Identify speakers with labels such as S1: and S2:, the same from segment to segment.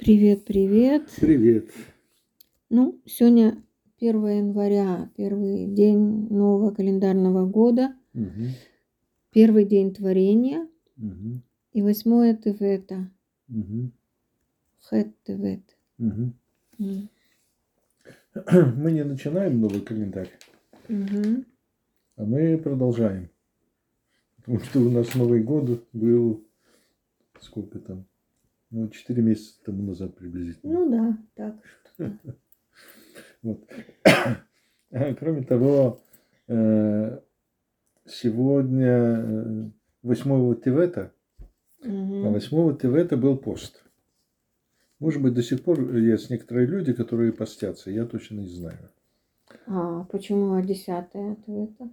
S1: Привет, привет.
S2: Привет.
S1: Ну, сегодня 1 января, первый день нового календарного года,
S2: Мгм,
S1: первый день творения,
S2: мгм,
S1: и восьмое Тевета,
S2: мгм,
S1: Хэт Тевет.
S2: мгм.
S1: М.
S2: Мы не начинаем новый календарь,
S1: Мгм.
S2: а мы продолжаем. Потому что у нас Новый год был сколько там? Ну, 4 месяца тому назад приблизительно.
S1: Ну да, так что.
S2: Вот. А Кроме того, э, сегодня э, 8 Тивета, А 8 ТВ-то был пост. Может быть, до сих пор есть некоторые люди, которые постятся, я точно не знаю.
S1: А почему а десятое Тевета?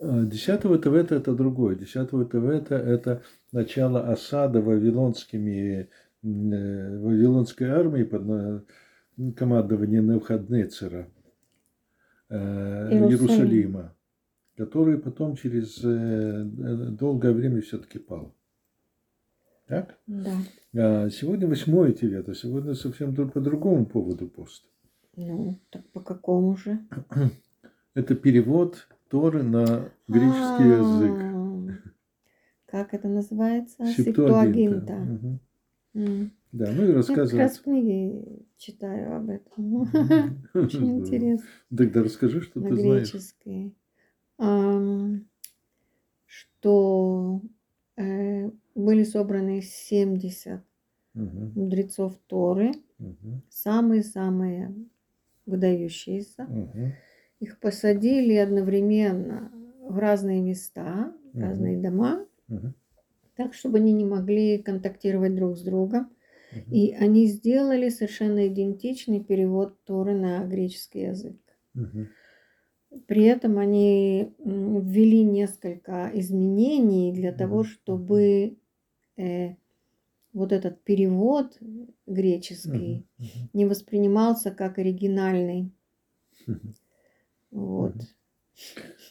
S2: А 10 ТВ-то это другое. 10 ТВ-то это начало осады вавилонскими, э, вавилонской армии под на- командованием Навуходнецера э,
S1: Иерусалим.
S2: Иерусалима, который потом через э, э, долгое время все-таки пал. Так?
S1: Да.
S2: А сегодня восьмое Тевета, сегодня совсем друг- по другому поводу пост.
S1: Ну, так по какому же?
S2: Это перевод Торы на греческий язык.
S1: А, Как это называется? Септуагинта.
S2: Септуагинта. Мгм.
S1: М.
S2: Да, ну и
S1: Я как раз
S2: рассказывать.
S1: книги читаю об этом.
S2: Мгм.
S1: Очень
S2: Здорово.
S1: интересно.
S2: Тогда расскажи, что
S1: На
S2: ты знаешь.
S1: греческой. Ам, Что э, были собраны 70
S2: Мгм.
S1: мудрецов Торы,
S2: Мгм.
S1: самые-самые выдающиеся.
S2: Мгм.
S1: Их посадили одновременно в разные места, в
S2: Мгм.
S1: разные дома,
S2: Мгм.
S1: так, чтобы они не могли контактировать друг с другом.
S2: Мгм.
S1: И они сделали совершенно идентичный перевод Торы на греческий язык.
S2: Мгм.
S1: При этом они м, ввели несколько изменений для того,
S2: Мгм.
S1: чтобы э, вот этот перевод
S2: Мгм.
S1: греческий не воспринимался как оригинальный.
S2: Мгм.
S1: Вот.
S2: Мгм.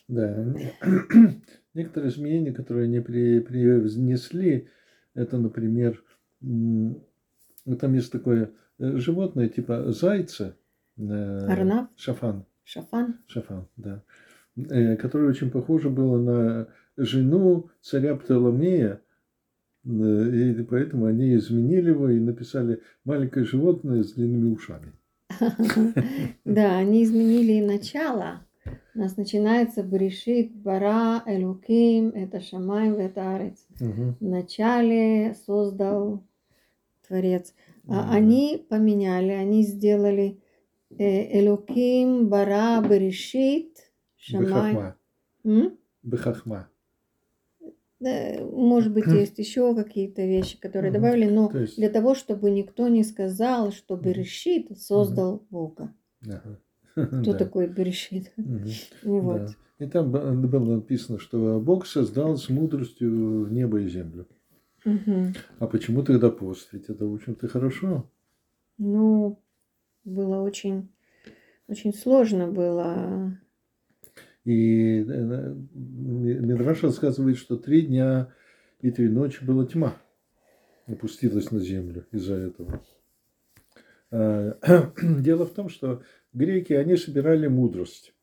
S2: Да. Некоторые изменения, которые они при- привнесли, это, например, м, ну, там есть такое э, животное типа зайца. э,
S1: Арнав,
S2: Шафан.
S1: шафан.
S2: Шафан, да. Э, которое очень похоже было на жену царя Птоломея. Э, И поэтому они изменили его и написали «маленькое животное с длинными ушами».
S1: Да, они изменили начало. У нас начинается Берешит, Бара, Элуким, это Шамай, это Арец.
S2: Мгм.
S1: Вначале создал Творец. А
S2: Мгм.
S1: они поменяли, они сделали э, Элоким, Бара, Берешит, Шамай.
S2: Бехахма.
S1: М?
S2: Бехахма.
S1: Э, Может быть, есть еще какие-то вещи, которые
S2: Мгм.
S1: добавили, но
S2: То есть-
S1: для того, чтобы никто не сказал, что
S2: Мгм.
S1: Берешит создал Бога.
S2: Ага.
S1: Кто
S2: Да.
S1: такой Берешит?
S2: Мгм.
S1: Ну
S2: Да.
S1: Вот.
S2: И там б- э, было написано, что Бог создал с мудростью небо и землю.
S1: Мгм.
S2: А почему тогда пост? Ведь это, в общем-то, хорошо.
S1: Ну, было очень, очень сложно было.
S2: И э, Ми- Мидраш рассказывает, что три дня и три ночи была тьма. Опустилась на землю из-за этого. Э, Дело в том, что греки, они собирали мудрость.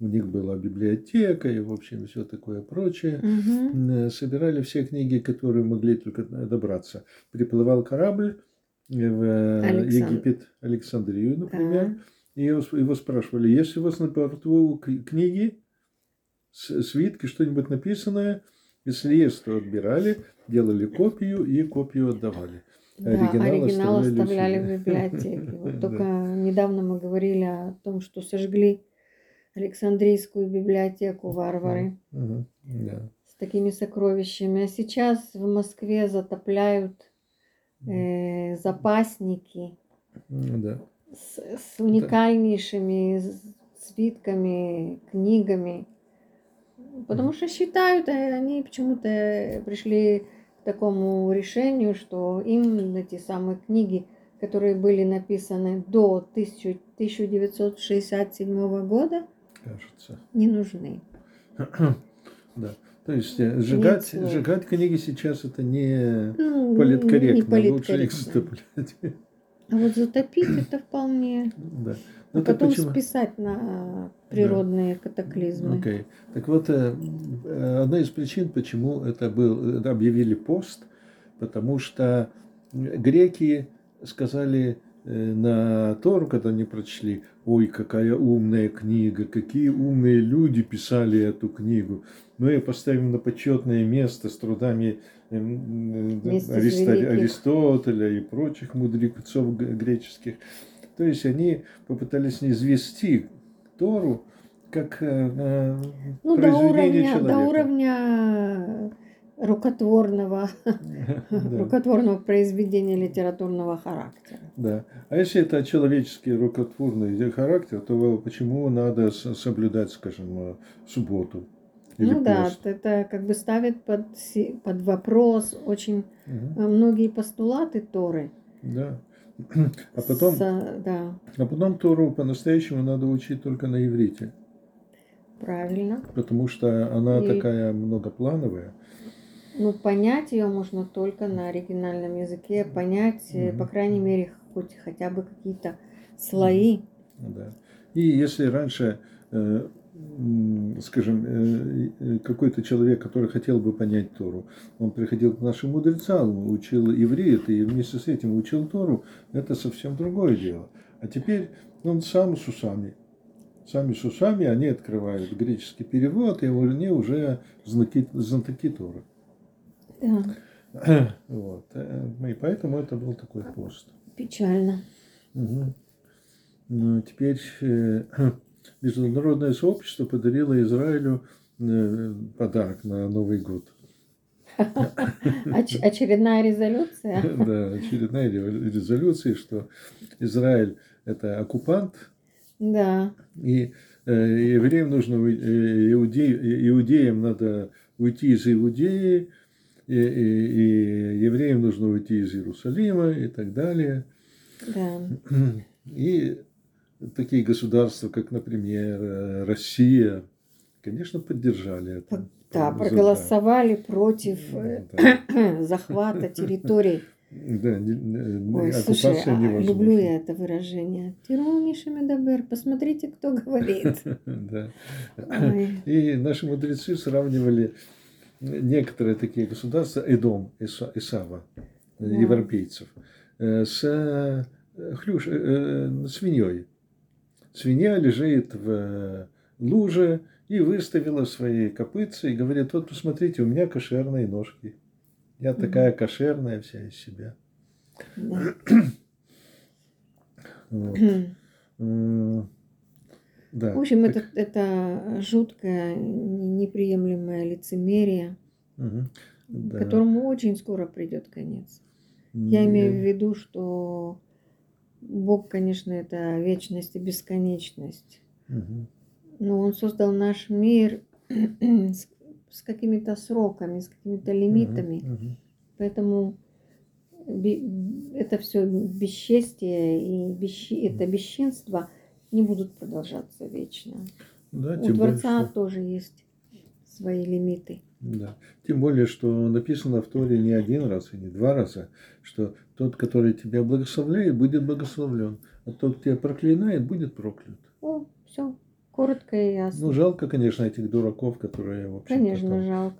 S2: У них была библиотека и, в общем, все такое прочее.
S1: Мгм.
S2: Э, Собирали все книги, которые могли только добраться. Приплывал корабль э, в э,
S1: Александ-
S2: Египет, Александрию, например. И его, сп- его спрашивали, есть у вас на борту к- книги, с- свитки, что-нибудь написанное? Если есть, то отбирали, делали копию и копию отдавали.
S1: Да,
S2: Оригинал
S1: оригинал
S2: оставляли у
S1: оставляли в
S2: себя.
S1: библиотеке. Вот
S2: Да.
S1: только недавно мы говорили о том, что сожгли Александрийскую библиотеку варвары
S2: Мгм. Да.
S1: с такими сокровищами. А сейчас в Москве затопляют э, запасники
S2: М, да.
S1: с, с уникальнейшими з- свитками, книгами. Потому что считают, э, они почему-то пришли к такому решению, что им эти самые книги, которые были написаны до 1000 1967 года,
S2: Кажется.
S1: не нужны.
S2: Да. То есть э, сжигать,
S1: слов.
S2: сжигать книги сейчас это не
S1: Ну, не
S2: политкорректно. а Лучше их
S1: политкорректно.
S2: затоплять.
S1: А вот затопить это вполне.
S2: Да. Ну,
S1: А
S2: так
S1: потом
S2: почему?
S1: списать на природные катаклизмы.
S2: Окей. Так вот, э, э, одна из причин, почему это был, это объявили пост, потому что греки сказали э, на Тору, когда они прочли, ой, какая умная книга, какие умные люди писали эту книгу. Мы ее поставим на почетное место с трудами э, м, э,
S1: Вместе с
S2: Ариста-
S1: великих.
S2: Аристотеля и прочих мудрецов г- греческих. То есть они попытались низвести Тору как э, э,
S1: Ну, до
S2: произведение
S1: уровня, до
S2: человека.
S1: уровня рукотворного,
S2: Да,
S1: рукотворного произведения литературного характера.
S2: да. А если это человеческий рукотворный характер, то э, почему надо с- соблюдать, скажем, э, субботу или
S1: ну да,
S2: пост?
S1: это как бы ставит под, си- под вопрос очень
S2: Мгм.
S1: э, многие постулаты Торы.
S2: Да. А потом,
S1: Со- да,
S2: а потом Тору по-настоящему надо учить только на иврите,
S1: правильно.
S2: потому что она
S1: И-
S2: такая многоплановая.
S1: Но Ну, понять ее можно только на оригинальном языке, понять, э,
S2: Мгм.
S1: по крайней мере, хоть хотя бы какие-то слои.
S2: Ну Да. И если раньше, э, м, скажем, э, э, какой-то человек, который хотел бы понять Тору, он приходил к нашим мудрецам, учил иврит и вместе с этим учил Тору, это совсем другое дело. А теперь он сам с усами. Сами с усами они открывают греческий перевод, и они уже знаки, знатоки Торы.
S1: Да,
S2: Вот. э, И поэтому это был такой пост.
S1: печально.
S2: Мгм. Ну, теперь э, международное сообщество подарило Израилю э, подарок на Новый год.
S1: Оч- очередная резолюция.
S2: Да, очередная ре- резолюция, что Израиль это оккупант,
S1: Да.
S2: и э, евреям нужно, уй- э, иуде- э, иудеям надо уйти из Иудеи, и, и- и евреям нужно уйти из Иерусалима и так далее.
S1: Да,
S2: И такие государства, как, например, э, Россия, конечно, поддержали это.
S1: Под- да
S2: Зу-
S1: проголосовали против э,
S2: Да,
S1: захвата территорий.
S2: Да, не- не-
S1: Ой, слушай,
S2: оккупация
S1: а,
S2: невозможна.
S1: люблю я это выражение. Тирониша Медабер, посмотрите, кто говорит.
S2: Да.
S1: Ой,
S2: И наши мудрецы сравнивали некоторые такие государства, Эдом, Иса- Исава, э,
S1: Да.
S2: европейцев, э, с э, хрюш- э, э, свиньей. Свинья лежит в э, луже и выставила свои копытцы и говорит, вот посмотрите, у меня кошерные ножки. Я
S1: Мгм.
S2: такая кошерная вся из себя.
S1: да.
S2: Вот.
S1: В
S2: М, Да.
S1: общем,
S2: так-
S1: это, это жуткое, неприемлемое лицемерие,
S2: Мгм. Да.
S1: которому очень скоро придет конец. Я
S2: М,
S1: имею в виду, что Бог, конечно, это вечность и бесконечность.
S2: мгм.
S1: Но ну, он создал наш мир с, с какими-то сроками, с какими-то лимитами.
S2: Мгм. Мгм.
S1: Поэтому бе- это все бесчестие и бещи- это бесчинство не будут продолжаться вечно.
S2: Да,
S1: У
S2: тем более,
S1: Творца
S2: что-
S1: тоже есть свои лимиты.
S2: Да. Тем более, что написано в Торе не один раз и не два раза, что тот, который тебя благословляет, будет благословлен, а тот, кто тебя проклинает, будет проклят.
S1: О, все, коротко и ясно.
S2: Ну, жалко, конечно, этих дураков, которые, в общем
S1: конечно, жалко.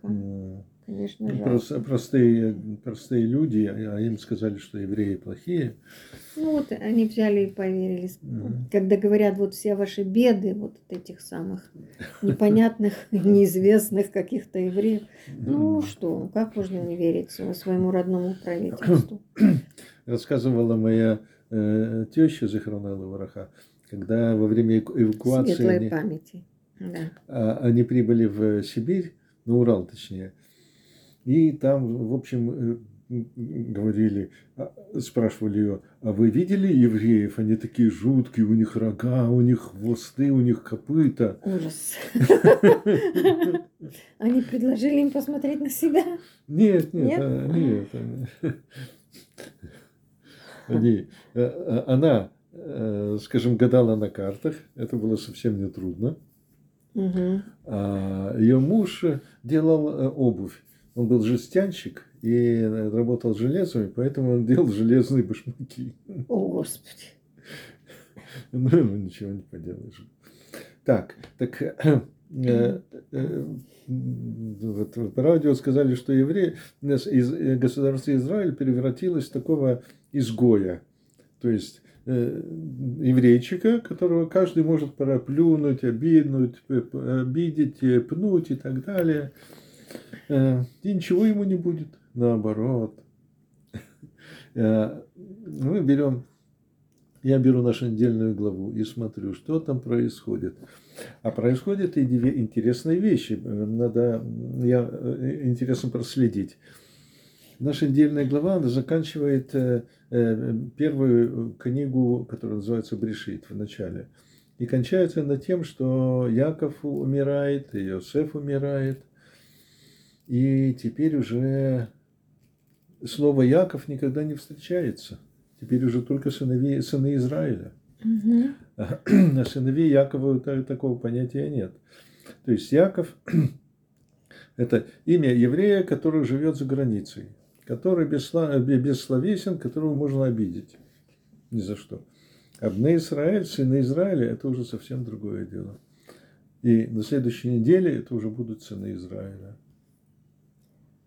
S1: Конечно, жалко.
S2: ну, простые, простые люди, а им сказали, что евреи плохие.
S1: Ну вот они взяли и поверили.
S2: Мгм.
S1: Когда говорят вот все ваши беды, вот от этих самых непонятных, неизвестных каких-то евреев. Ну что, как можно не верить сво- своему родному правительству?
S2: Рассказывала моя э, теща Захарана Лавраха, когда во время эваку- эвакуации...
S1: Светлой
S2: они-
S1: памяти. Да.
S2: А, они прибыли в Сибирь, на Урал точнее, и там, в общем, э, м, м, говорили, а, спрашивали ее, а вы видели евреев? Они такие жуткие, у них рога, у них хвосты, у них копыта.
S1: Ужас. Они предложили им посмотреть на себя.
S2: Нет, нет,
S1: Нет?
S2: а, нет. а, Они, э, э, она, э, скажем, гадала на картах, это было совсем нетрудно.
S1: Мгм.
S2: А, Ее муж делал э, обувь. Он был жестянщик, и работал с железами, поэтому он делал железные башмаки.
S1: О, Господи.
S2: Ну, ему ничего не поделаешь. Так, так э, э, э, вот по радио сказали, что евреи, нас из, э, государство Израиль превратилось в такого изгоя. То есть э, еврейчика, которого каждый может проплюнуть, обиднуть, п- п- обидеть, э, пнуть и так далее. Э, И ничего ему не будет. Наоборот. Э, Мы берем я беру нашу недельную главу и смотрю, что там происходит. А происходят и две интересные вещи. Э, Надо, м, я, э, интересно проследить. Наша недельная глава она заканчивает э, э, первую книгу, которая называется «Брешит» в начале. И кончается она тем, что Яков умирает, и Иосиф умирает. И теперь уже слово «Яков» никогда не встречается. Теперь уже только сыновей- сыны Израиля.
S1: Мгм.
S2: А сыновей Якова та- такого понятия нет. То есть Яков – это имя еврея, который живет за границей, который бессло- бе- бессловесен, которого можно обидеть ни за что. Обны Израиль, сыны Израиля – это уже совсем другое дело. И на следующей неделе это уже будут сыны Израиля.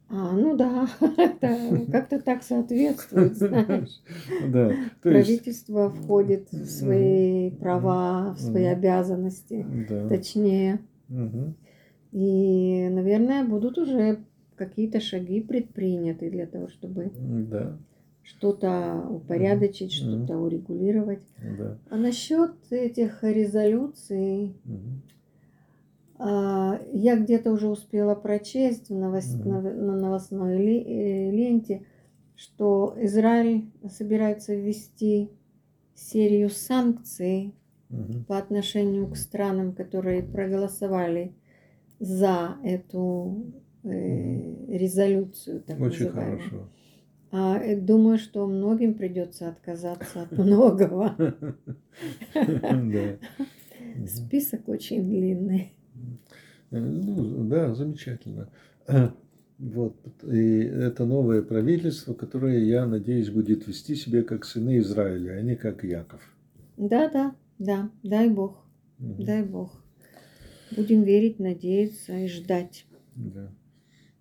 S1: А, ну да, это как-то так соответствует, знаешь.
S2: Да, то есть...
S1: Правительство входит в свои права, в свои
S2: Мгм.
S1: обязанности,
S2: да.
S1: точнее.
S2: Мгм.
S1: И, наверное, будут уже какие-то шаги предприняты для того, чтобы
S2: Да,
S1: что-то упорядочить,
S2: Мгм.
S1: что-то урегулировать.
S2: да.
S1: А насчет этих резолюций,
S2: Мгм.
S1: а, я где-то уже успела прочесть в новос-
S2: Мгм.
S1: нов- на новостной ли- э, ленте, что Израиль собирается ввести серию санкций
S2: Мгм.
S1: по отношению к странам, которые проголосовали за эту э,
S2: Мгм.
S1: резолюцию. Так
S2: Очень
S1: называемую.
S2: хорошо.
S1: А, э, думаю, что многим придется отказаться от многого.
S2: Да.
S1: Список очень длинный.
S2: Ну, да, замечательно. Вот. И это новое правительство, которое, я надеюсь, будет вести себя как сыны Израиля, а не как Яков.
S1: Да, да, да, дай бог,
S2: Мгм.
S1: дай бог. Будем верить, надеяться и ждать.
S2: Да.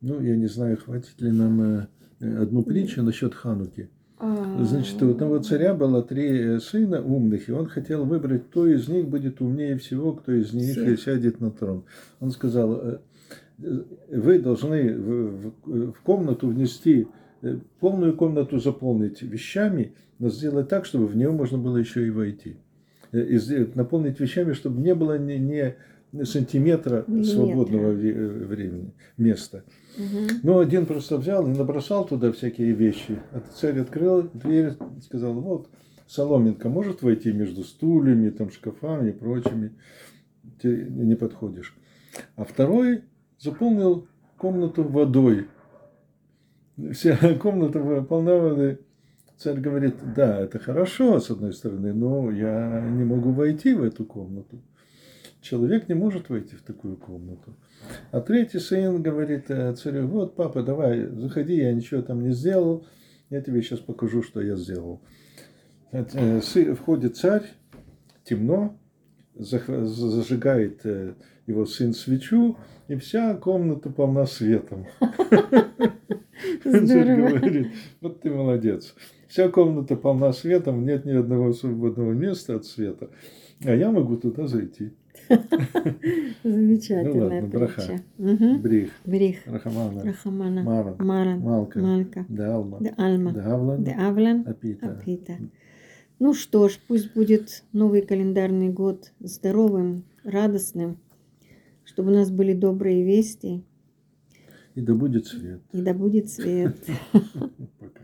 S2: Ну, я не знаю, хватит ли нам э, э, одну притчу насчет Хануки.
S1: А,
S2: Значит, у одного царя было три э, сына умных, и он хотел выбрать, кто из них будет умнее всего, кто из них
S1: Всех.
S2: сядет на трон. Он сказал, э, э, вы должны в, в- в комнату внести, э, полную комнату заполнить вещами, но сделать так, чтобы в нее можно было еще и войти. Э, и сделать- наполнить вещами, чтобы не было ни, ни сантиметра
S1: Миллиметра.
S2: свободного ве- э, времени, места.
S1: мгм.
S2: Ну, один просто взял и набросал туда всякие вещи. А царь открыл дверь, сказал, вот, соломинка может войти между стульями, там, шкафами и прочими. Ты не подходишь. А второй заполнил комнату водой. Вся комната была полна воды. Царь говорит, да, это хорошо, с одной стороны, но я не могу войти в эту комнату. Человек не может войти в такую комнату. А третий сын говорит э, царю, вот, папа, давай, заходи, я ничего там не сделал, я тебе сейчас покажу, что я сделал. Э, э, сы- Входит царь, темно, зах- за- зажигает э, его сын свечу, и вся комната полна светом. Царь
S1: Здорово.
S2: говорит, вот ты молодец. Вся комната полна светом, нет ни одного свободного места от света, а я могу туда зайти. Ну
S1: Замечательная
S2: ладно, браха.
S1: притча. Мгм.
S2: Брих,
S1: Брих.
S2: Рахамана,
S1: Рахамана.
S2: Мара,
S1: Маран.
S2: Малка,
S1: Малка.
S2: Далма,
S1: Де Альма.
S2: Давлан,
S1: Де Авлан.
S2: Апита.
S1: Апита. Ну что ж, пусть будет новый календарный год здоровым, радостным, чтобы у нас были добрые вести
S2: И да будет свет. Ну,
S1: и да будет свет.
S2: Пока.